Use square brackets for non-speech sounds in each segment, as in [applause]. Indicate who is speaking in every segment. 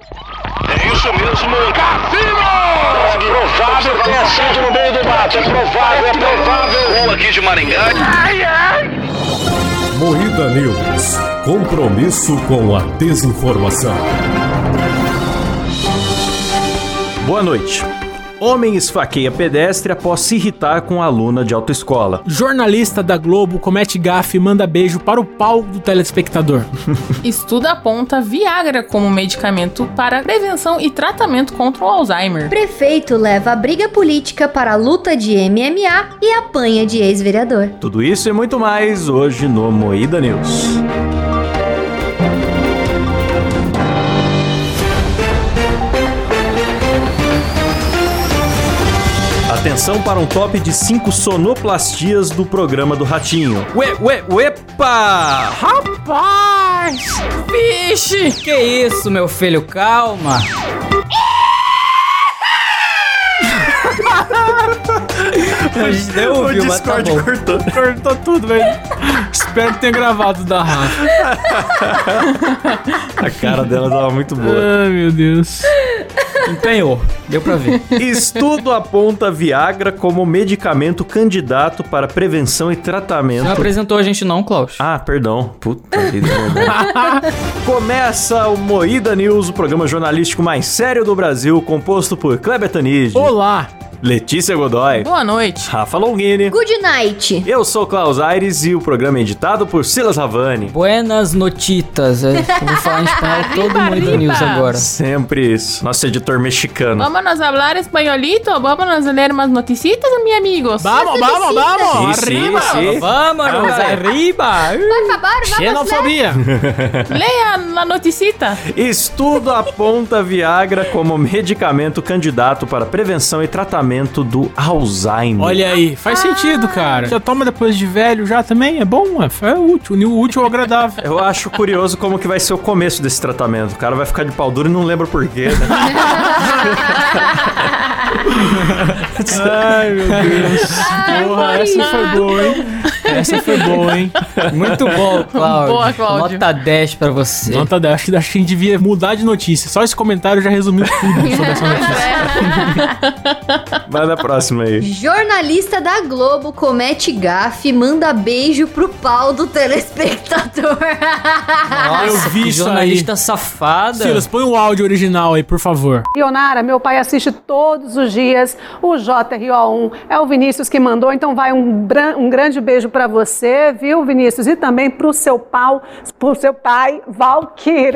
Speaker 1: É isso mesmo. Cassino! É provável que tenha sido no meio do mato. É provável, é provável. Rua aqui de Maringá. Ai, ai.
Speaker 2: Moída News. Compromisso com a desinformação.
Speaker 3: Boa noite. Homem esfaqueia pedestre após se irritar com aluna de autoescola.
Speaker 4: Jornalista da Globo comete gafe e manda beijo para o pau do telespectador.
Speaker 5: Estudo aponta Viagra como medicamento para prevenção e tratamento contra o Alzheimer.
Speaker 6: Prefeito leva a briga política para a luta de MMA e apanha de ex-vereador.
Speaker 3: Tudo isso e muito mais hoje no Moída News. Atenção para um top de 5 sonoplastias do programa do Ratinho. Ué, ué, uepa!
Speaker 7: Rapaz! Vixe! Que isso, meu
Speaker 4: [laughs]
Speaker 7: filho, calma! A gente nem ouviu,
Speaker 4: o
Speaker 7: mas tá
Speaker 4: Discord
Speaker 7: bom.
Speaker 4: cortou,
Speaker 3: [laughs]
Speaker 4: cortou tudo, velho. Espero que tenha gravado da Rafa.
Speaker 3: A cara dela tava muito boa.
Speaker 4: Ai, meu Deus.
Speaker 7: Empenhou, deu pra ver.
Speaker 3: [laughs] Estudo aponta Viagra como medicamento candidato para prevenção e
Speaker 7: Não
Speaker 3: tratamento.
Speaker 7: apresentou a gente não, Klaus.
Speaker 3: Ah, perdão. Puta vida. é [laughs] Começa o Moída News, o programa jornalístico mais sério do Brasil, composto por Kleber Tanid,
Speaker 4: Olá.
Speaker 3: Letícia Godoy,
Speaker 5: Boa noite.
Speaker 3: Rafa Longini.
Speaker 6: Good night.
Speaker 3: Eu sou Klaus Aires e o programa é editado por Silas Havani.
Speaker 7: Buenas notitas. É, [laughs] eu vou falar em espanhol todo mundo da news
Speaker 5: arriba.
Speaker 7: agora.
Speaker 3: Sempre isso. Nosso editor mexicano.
Speaker 5: Vamos falar espanholito? Vamos ler umas noticitas, meus amigos?
Speaker 4: Vamos, vamos, vamos.
Speaker 3: Sim, sim,
Speaker 4: Arriba.
Speaker 3: sim.
Speaker 7: Vamos, arriba!
Speaker 6: Por favor, vamos lá.
Speaker 4: Xenofobia.
Speaker 5: Leia a noticita.
Speaker 3: Estudo aponta Viagra como medicamento candidato para prevenção e tratamento do Alzheimer.
Speaker 4: Olha aí, faz sentido, cara. Já toma depois de velho já também? É bom, é, é útil. O útil é o agradável.
Speaker 3: Eu acho curioso como que vai ser o começo desse tratamento. O cara vai ficar de pau duro e não lembra por quê. né?
Speaker 4: Ai, meu Deus. Porra, essa foi boa, hein? Essa foi boa, hein?
Speaker 7: Muito bom, Cláudio.
Speaker 5: Boa, Cláudio.
Speaker 7: Nota 10 pra você.
Speaker 4: Nota 10. Acho que, acho que a gente devia mudar de notícia. Só esse comentário já resumiu tudo sobre essa
Speaker 3: [laughs]
Speaker 4: notícia.
Speaker 5: [laughs] É,
Speaker 3: Vai na próxima aí.
Speaker 6: Jornalista da Globo comete gafe e manda beijo pro pau do telespectador.
Speaker 7: Nossa,
Speaker 4: Eu vi
Speaker 7: que
Speaker 4: isso
Speaker 7: jornalista safada.
Speaker 4: Silas, põe o áudio original aí, por favor.
Speaker 8: Ionara, meu pai assiste todos os dias o JRO1. É o Vinícius que mandou, então vai um, bran- um grande beijo pra você, viu, Vinícius? E também pro seu pau, pro seu pai, Valquíria.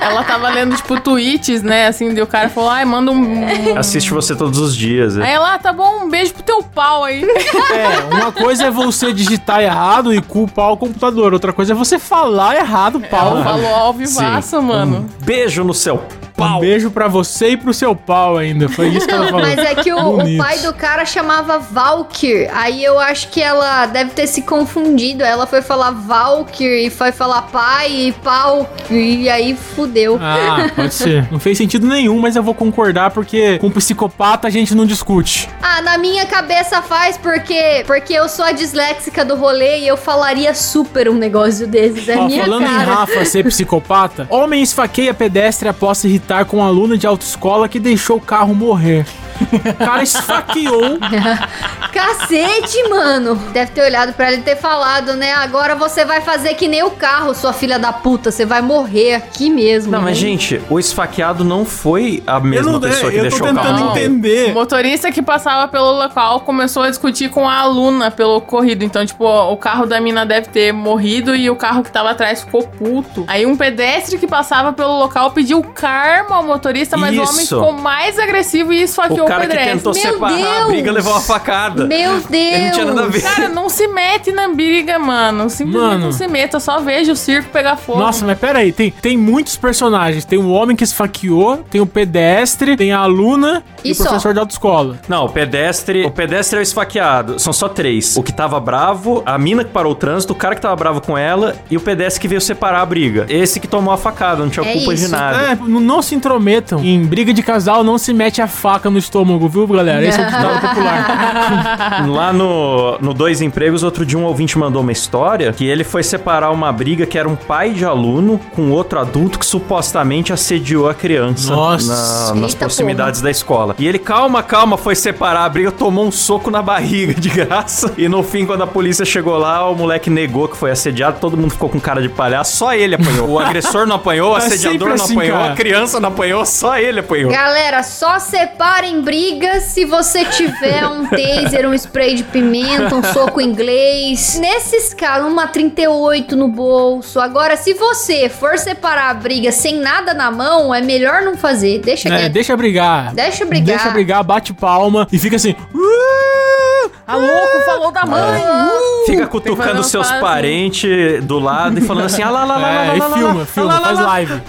Speaker 5: Ela tava lendo, tipo, tweets, né? Assim, de o cara falou, ai, manda um.
Speaker 3: Assiste você todos os dias. né?
Speaker 5: Aí ela, ah, tá bom, um beijo pro teu pau aí.
Speaker 4: É, uma coisa é você digitar errado e culpar o computador. Outra coisa é você falar errado, pau.
Speaker 5: Ela falou ao vivaço, mano.
Speaker 3: Beijo no céu.
Speaker 4: Um beijo pra você e pro seu pau ainda. Foi isso que ela
Speaker 6: Não,
Speaker 4: falou.
Speaker 6: mas é que o, o
Speaker 4: Bonito.
Speaker 6: pai do cara chamava Valkyr. Aí eu acho que ela deve ter se confundido. Ela foi falar Valkyr e foi falar pai e pau. E aí fudeu.
Speaker 4: Ah, pode ser. Não fez sentido nenhum, mas eu vou concordar porque com psicopata a gente não discute.
Speaker 6: Ah, na minha cabeça faz porque porque eu sou a disléxica do rolê e eu falaria super um negócio desses. É
Speaker 4: Ó,
Speaker 6: minha
Speaker 4: falando em
Speaker 6: cara.
Speaker 4: Rafa ser psicopata, homem esfaqueia pedestre após se irritar com um aluno de autoescola que deixou o carro morrer. O cara esfaqueou
Speaker 6: Cacete, mano. Deve ter olhado pra ele e ter falado, né? Agora você vai fazer que nem o carro, sua filha da puta. Você vai morrer aqui mesmo.
Speaker 3: Não, mas
Speaker 6: né?
Speaker 3: gente, o esfaqueado não foi a [laughs] mesma pessoa que deixou o carro.
Speaker 5: tentando
Speaker 3: morrer.
Speaker 5: O motorista que passava pelo local começou a discutir com a aluna pelo ocorrido. Então, tipo, ó, o carro da mina deve ter morrido e o carro que tava atrás ficou puto. Aí um pedestre que passava pelo local pediu karma ao motorista, mas o homem
Speaker 3: Isso.
Speaker 5: ficou mais agressivo e
Speaker 3: O
Speaker 5: esfaqueou o,
Speaker 3: cara que
Speaker 5: pedestre.
Speaker 3: tentou
Speaker 6: Meu
Speaker 3: separar a
Speaker 6: Deus!
Speaker 3: briga levou uma facada.
Speaker 6: Meu Deus.
Speaker 3: Ele não tinha nada a ver.
Speaker 5: Cara, não se mete na briga, mano. Simplesmente
Speaker 4: Mano.
Speaker 5: não se meta, só veja o circo pegar fogo.
Speaker 4: Nossa, mas peraí, tem, tem muitos personagens. Tem o homem que esfaqueou, tem o pedestre, tem a aluna e o
Speaker 6: Isso,
Speaker 4: professor de autoescola.
Speaker 3: Não, o pedestre. O pedestre é o esfaqueado. São só três. O que tava bravo, a mina que parou o trânsito, o cara que tava bravo com ela e o pedestre que veio separar a briga. Esse que tomou a facada, não tinha
Speaker 6: É
Speaker 3: culpa de
Speaker 6: isso.
Speaker 3: nada.
Speaker 4: É, n- não se intrometam. Em briga de casal, não se mete a faca nos estômago, viu, galera? Esse é o ditado
Speaker 6: [laughs]
Speaker 4: popular.
Speaker 3: [laughs] Lá no, no Dois Empregos, outro dia um ouvinte mandou uma história que ele foi separar uma briga que era um pai de aluno com outro adulto que supostamente assediou a criança
Speaker 4: Nossa.
Speaker 3: na- nas
Speaker 6: Eita
Speaker 3: proximidades da escola. E ele, calma, calma, foi separar a briga, tomou um soco na barriga de graça. E no fim, quando a polícia chegou lá, o moleque negou que foi assediado, todo mundo ficou com cara de palhaço, só ele apanhou. O agressor não apanhou, o
Speaker 4: É
Speaker 3: assediador
Speaker 4: sempre
Speaker 3: não
Speaker 4: assim,
Speaker 3: apanhou,
Speaker 4: cara.
Speaker 3: a criança não apanhou, só ele apanhou.
Speaker 6: Galera, só separem brigas se você tiver um taser, um spray de pimenta, um soco inglês. Nesses casos, uma 38 no bolso. Agora, se você for separar a briga sem nada na mão, é melhor não fazer. Deixa
Speaker 4: É,
Speaker 6: quieto.
Speaker 4: deixa brigar.
Speaker 6: Deixa brigar.
Speaker 4: Deixa brigar, bate palma e fica assim. "Uh!"
Speaker 5: A Tá louco falou da mãe.
Speaker 3: Fica
Speaker 5: Tem que
Speaker 3: cutucando
Speaker 5: fazer
Speaker 3: seus
Speaker 5: uma fase.
Speaker 3: parentes do lado e falando assim, ah lá, lá, lá, lá,
Speaker 4: É,
Speaker 3: lá, lá,
Speaker 4: e
Speaker 3: lá,
Speaker 4: filma,
Speaker 3: lá,
Speaker 4: filma,
Speaker 3: lá, lá,
Speaker 4: faz
Speaker 3: lá.
Speaker 4: live.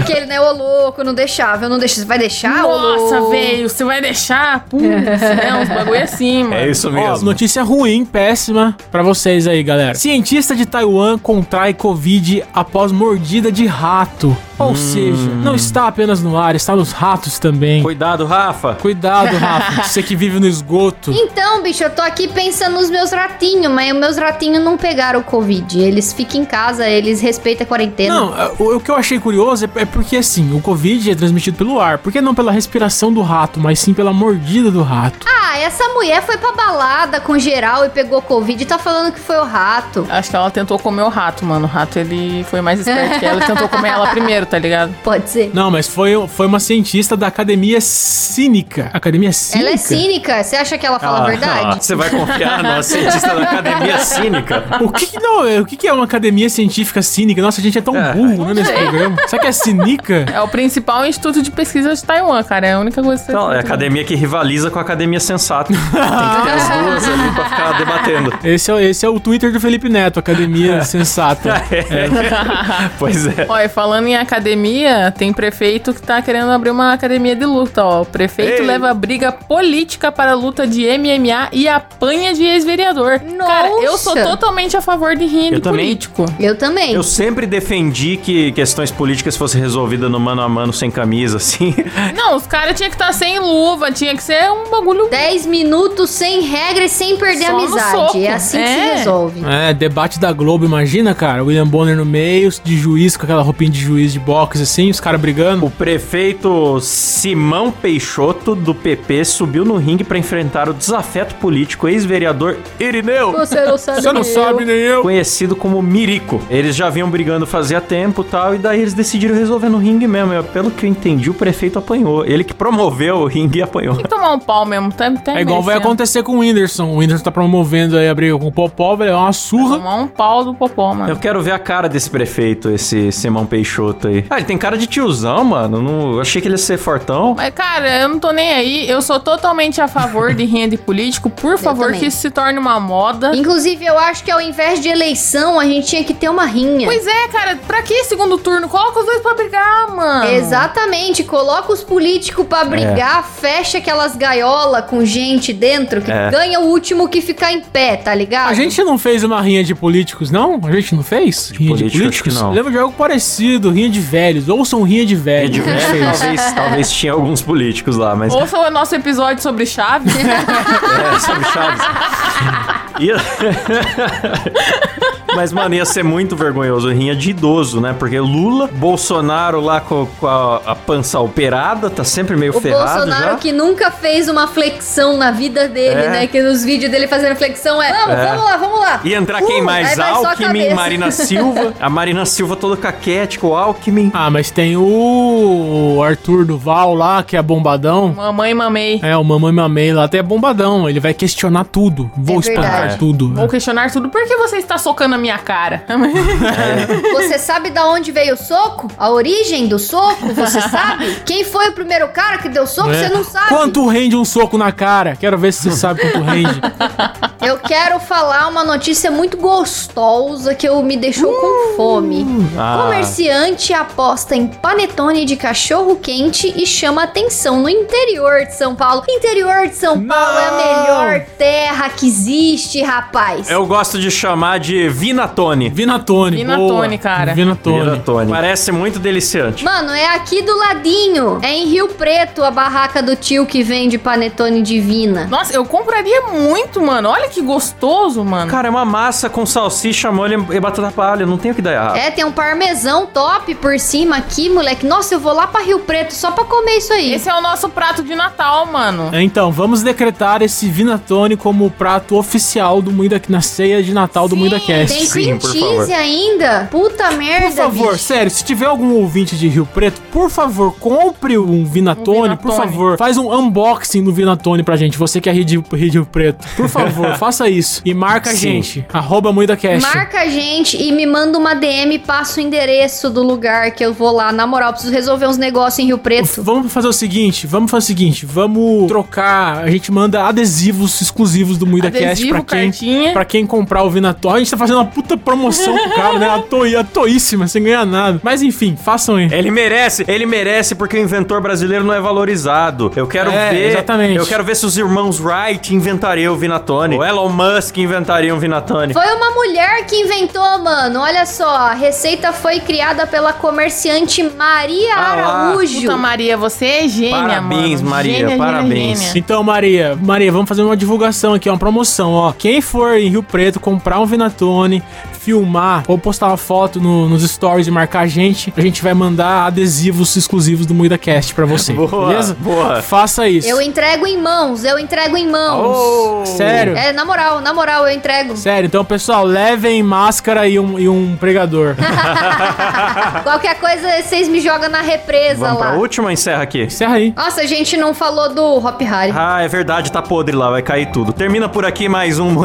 Speaker 6: Aquele, né? Ô louco, não deixava. Eu não deixava. Você vai
Speaker 3: É.
Speaker 6: deixar? ô
Speaker 5: Nossa,
Speaker 6: louco?
Speaker 5: velho, você vai deixar? Putz, né? Uns bagulho assim, mano.
Speaker 3: É isso
Speaker 4: Ó,
Speaker 3: mesmo.
Speaker 4: notícia ruim, péssima pra vocês aí, galera. Cientista de Taiwan contrai Covid após mordida de rato. Ou seja, não está apenas no ar, está nos ratos também.
Speaker 3: Cuidado, Rafa. [laughs]
Speaker 4: Cuidado, Rafa, você que vive no esgoto.
Speaker 6: Então, bicho, eu tô aqui pensando nos meus ratinhos, mas os meus ratinhos não pegaram o Covid. Eles ficam em casa, eles respeitam a quarentena.
Speaker 4: Não, é, o, o que eu achei curioso é, é porque assim, o Covid é transmitido pelo ar. Por que não pela respiração do rato, mas sim pela mordida do rato?
Speaker 6: Ah, essa mulher foi pra balada com geral e pegou Covid e tá falando que foi o rato.
Speaker 5: Acho que ela tentou comer o rato, mano. O rato, ele foi mais esperto que ela e tentou comer ela primeiro, tá ligado?
Speaker 6: Pode ser.
Speaker 4: Não, mas foi, foi uma cientista da Academia Cínica. Academia Cínica?
Speaker 6: Ela é cínica? Você acha que ela fala a
Speaker 3: Ah,
Speaker 6: verdade?
Speaker 3: Você vai confiar na cientista da
Speaker 5: [laughs]
Speaker 3: academia cínica?
Speaker 4: O que, que não, é? o que, que é uma academia científica cínica? Nossa, a gente é tão
Speaker 3: É.
Speaker 4: burro, né, nesse programa. Será que é cinica?
Speaker 5: É o principal instituto de pesquisa de Taiwan, cara. É a única coisa que
Speaker 3: Então, é a academia que rivaliza com a academia sensata. Tem que ter as duas ali pra ficar debatendo.
Speaker 4: Esse é, esse é o Twitter do Felipe Neto, Academia Sensata.
Speaker 3: É, Pois é.
Speaker 5: [laughs] Olha, falando em academia, tem prefeito que tá querendo abrir uma academia de luta, ó. O prefeito
Speaker 3: Ei.
Speaker 5: leva briga política para a luta de MMA e apanha de ex-vereador. Cara, eu sou
Speaker 6: Nossa.
Speaker 5: totalmente a favor de rinha
Speaker 3: Eu
Speaker 5: de
Speaker 3: também.
Speaker 5: político.
Speaker 6: Eu também.
Speaker 3: Eu sempre defendi que questões políticas fossem resolvidas no mano a mano, sem camisa, assim.
Speaker 5: Não, os caras tinham que estar sem luva, tinha que ser um bagulho
Speaker 6: [laughs] 10 minutos sem regra e sem perder a
Speaker 5: Só no soco.
Speaker 6: amizade. É assim que se
Speaker 5: É.
Speaker 6: resolve.
Speaker 4: É, debate da Globo, imagina, cara. William Bonner no meio, de juiz, com aquela roupinha de juiz de boxe, assim, os caras brigando.
Speaker 3: O prefeito Simão Peixoto, do PP, subiu no ringue pra enfrentar o desafeto político ex-vereador Irineu.
Speaker 6: Você não sabe.
Speaker 4: Você não sabe nem eu.
Speaker 3: conhecido como Mirico. Eles já vinham brigando fazia tempo e tal, e daí eles decidiram resolver no ringue mesmo. E, pelo que eu entendi, o prefeito apanhou. Ele que promoveu o ringue apanhou.
Speaker 5: Tem que tomar um pau mesmo, tá? tá
Speaker 4: É igual vai
Speaker 5: merecendo.
Speaker 4: acontecer com o Whindersson. O Whindersson tá promovendo aí a briga com o Popó, vai levar uma surra.
Speaker 5: Tomar um pau do popó, mano.
Speaker 3: Eu quero ver a cara desse prefeito, esse Simão Peixoto aí. Ah, ele tem cara de tiozão, mano. Não, eu achei que ele ia ser fortão.
Speaker 5: Mas, cara, eu não tô nem aí. Eu sou totalmente a favor de rinha de político. Por favor,
Speaker 6: também.
Speaker 5: que isso se torne uma moda.
Speaker 6: Inclusive, eu acho que ao invés de eleição, a gente tinha que ter uma rinha.
Speaker 5: Pois é, cara, pra que segundo turno? Coloca os dois pra brigar, mano.
Speaker 6: É. Exatamente, coloca os políticos pra brigar, fecha aquelas gaiolas com gente dentro que
Speaker 3: É.
Speaker 6: ganha o último que ficar em pé, tá ligado?
Speaker 4: A gente não fez uma rinha de políticos, não? A gente não fez? rinha
Speaker 3: político, acho que não.
Speaker 4: Lembra de algo parecido, rinha de velhos. Ouçam rinha de
Speaker 3: É
Speaker 4: [laughs] velhos.
Speaker 3: de velho, talvez, talvez tinha alguns políticos lá, mas.
Speaker 5: Ouça o nosso episódio sobre chave.
Speaker 3: É, sabe, Chaves? Ia- [laughs] Mas, mano, ia ser muito vergonhoso. Rinha de idoso, né? Porque Lula, Bolsonaro lá com, com a, a pança operada, tá sempre meio
Speaker 6: O
Speaker 3: ferrado
Speaker 6: Bolsonaro
Speaker 3: já.
Speaker 6: que nunca fez uma flexão na vida dele,
Speaker 3: É.
Speaker 6: né? Que nos vídeos dele fazendo flexão é. Vamos,
Speaker 3: É.
Speaker 6: vamos lá, vamos lá.
Speaker 3: E entrar quem
Speaker 6: Uh, aí
Speaker 3: mais?
Speaker 6: vai só a
Speaker 3: Alckmin,
Speaker 6: cabeça. [laughs]
Speaker 3: Marina Silva. A Marina Silva toda caquética, o Alckmin.
Speaker 4: Ah, mas tem o Arthur Duval lá, que é bombadão.
Speaker 5: Mamãe, mamei.
Speaker 4: É, o Mamãe Mamei lá até é bombadão. Ele vai questionar tudo. Vou
Speaker 6: É
Speaker 4: espancar
Speaker 6: verdade.
Speaker 4: tudo.
Speaker 5: Vou questionar tudo. Por que você está socando a minha cara? [laughs]
Speaker 6: Você sabe da onde veio o soco? A origem do soco? Você sabe? Quem foi o primeiro cara que deu soco?
Speaker 4: É.
Speaker 6: Você não sabe. [laughs]
Speaker 4: Quanto rende um soco na cara? Quero ver se você sabe quanto rende.
Speaker 6: Eu Eu quero falar uma notícia muito gostosa que eu me deixou
Speaker 5: Uh!
Speaker 6: com fome.
Speaker 3: Ah.
Speaker 6: Comerciante aposta em panetone de cachorro quente e chama atenção no interior de São Paulo. Interior de São Paulo é a melhor terra que existe, rapaz.
Speaker 3: Eu gosto de chamar de Vinatone.
Speaker 4: Vinatone.
Speaker 5: Vinatone,
Speaker 4: boa.
Speaker 5: cara.
Speaker 4: Vinatone.
Speaker 3: Vinatone. Parece muito deliciante.
Speaker 6: Mano, é aqui do ladinho. É em Rio Preto a barraca do tio que vende panetone divina.
Speaker 5: Nossa, eu compraria muito, mano. Olha que gostoso, mano.
Speaker 3: Cara, é uma massa com salsicha, molho e batata palha. Não tem o que dar errado.
Speaker 6: É, tem um parmesão top por cima aqui, moleque. Nossa, eu vou lá pra Rio Preto só pra comer isso aí.
Speaker 5: Esse é o nosso prato de Natal, mano.
Speaker 4: Então, vamos decretar esse Vinatone como o prato oficial do Moída na ceia de Natal do
Speaker 5: Sim,
Speaker 4: Moída
Speaker 6: Tem
Speaker 4: Cast.
Speaker 6: cream
Speaker 3: É Sim, por favor.
Speaker 6: cheese ainda? Puta merda,
Speaker 4: Por favor,
Speaker 6: bicho.
Speaker 4: sério, se tiver algum ouvinte de Rio Preto, por favor, compre um Vinatone,
Speaker 5: Um Vinatone.
Speaker 4: por favor. Faz um unboxing do Vinatone pra gente, você que é Rio de, Rio de Preto. Por
Speaker 5: [laughs]
Speaker 4: favor, faça isso. E marca a
Speaker 3: Sim.
Speaker 4: gente, arroba MuidaCast.
Speaker 6: Marca a gente e me manda uma DM, passa o endereço do lugar que eu vou lá. Na moral, preciso resolver uns negócios em Rio Preto.
Speaker 4: Vamos fazer o seguinte, vamos fazer o seguinte, vamos trocar, a gente manda adesivos exclusivos do MuidaCast pra
Speaker 5: Adesivo,
Speaker 4: quem...
Speaker 5: cartinha.
Speaker 4: Pra quem comprar o Vinator, a gente tá fazendo uma puta promoção pro cara, né? A toí, a toíssima, sem ganhar nada. Mas enfim, façam aí.
Speaker 3: Ele merece, ele merece porque o inventor brasileiro não é valorizado. Eu quero
Speaker 4: É,
Speaker 3: ver,
Speaker 4: exatamente.
Speaker 3: eu quero ver se os irmãos Wright inventariam o Vinatone. O Elon Musk inventaria um Vinatone.
Speaker 6: Foi uma mulher que inventou, mano. Olha só, a receita foi criada pela comerciante Maria
Speaker 3: Ah lá.
Speaker 6: Araújo.
Speaker 5: Puta, Maria, você é gênia, mano.
Speaker 3: Parabéns, Maria,
Speaker 5: Gênia, gênia,
Speaker 3: parabéns.
Speaker 5: gênia.
Speaker 4: Então, Maria, Maria, vamos fazer uma divulgação aqui, uma promoção, ó. Quem for em Rio Preto comprar um Vinatone, filmar ou postar uma foto no- nos stories e marcar a gente, a gente vai mandar adesivos exclusivos do MuidaCast pra
Speaker 3: [laughs]
Speaker 4: você,
Speaker 3: Boa,
Speaker 4: beleza?
Speaker 3: boa.
Speaker 4: Faça isso.
Speaker 6: Eu entrego em mãos, eu entrego em mãos.
Speaker 3: Oh!
Speaker 4: Sério?
Speaker 6: É, na moral, na moral, eu entrego.
Speaker 4: Sério, então, pessoal, levem máscara e um, e um
Speaker 6: [laughs]
Speaker 4: pregador.
Speaker 6: Qualquer coisa, vocês me jogam na represa
Speaker 3: Vamos
Speaker 6: lá.
Speaker 3: pra última, encerra aqui.
Speaker 4: Encerra aí.
Speaker 6: Nossa, a gente não falou do Hop Harry.
Speaker 3: Ah, é verdade, tá podre lá, vai cair tudo. Termina por aqui mais um. [laughs]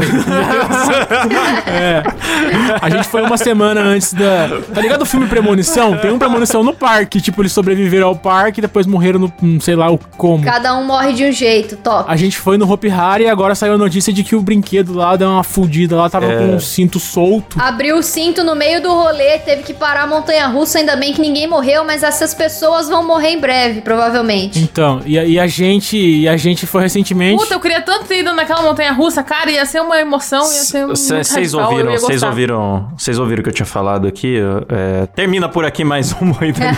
Speaker 4: A gente foi uma semana antes da. Tá ligado o filme Premonição? Tem um Premonição no parque. Tipo, eles sobreviveram ao parque e depois morreram no. não sei lá o como.
Speaker 6: Cada um morre de um jeito, top.
Speaker 4: A gente foi no Hopi Hari e agora saiu a notícia de que o brinquedo lá deu uma fudida lá, tava com um cinto solto.
Speaker 6: Abriu o cinto no meio do rolê, teve que parar a montanha russa, ainda bem que ninguém morreu, mas essas pessoas vão morrer em breve, provavelmente.
Speaker 4: Então, e, a- e a gente. E a gente foi recentemente.
Speaker 5: Puta, eu queria tanto ter ido naquela montanha russa, cara. Ia ser uma emoção, ia ser um.
Speaker 3: Vocês
Speaker 5: [laughs] radical, eu
Speaker 3: ouviram,
Speaker 5: ia
Speaker 3: vocês
Speaker 5: gostar.
Speaker 3: ouviram, vocês ouviram o que eu
Speaker 5: [laughs]
Speaker 3: tinha falado aqui? É, termina por aqui mais um. Moída News.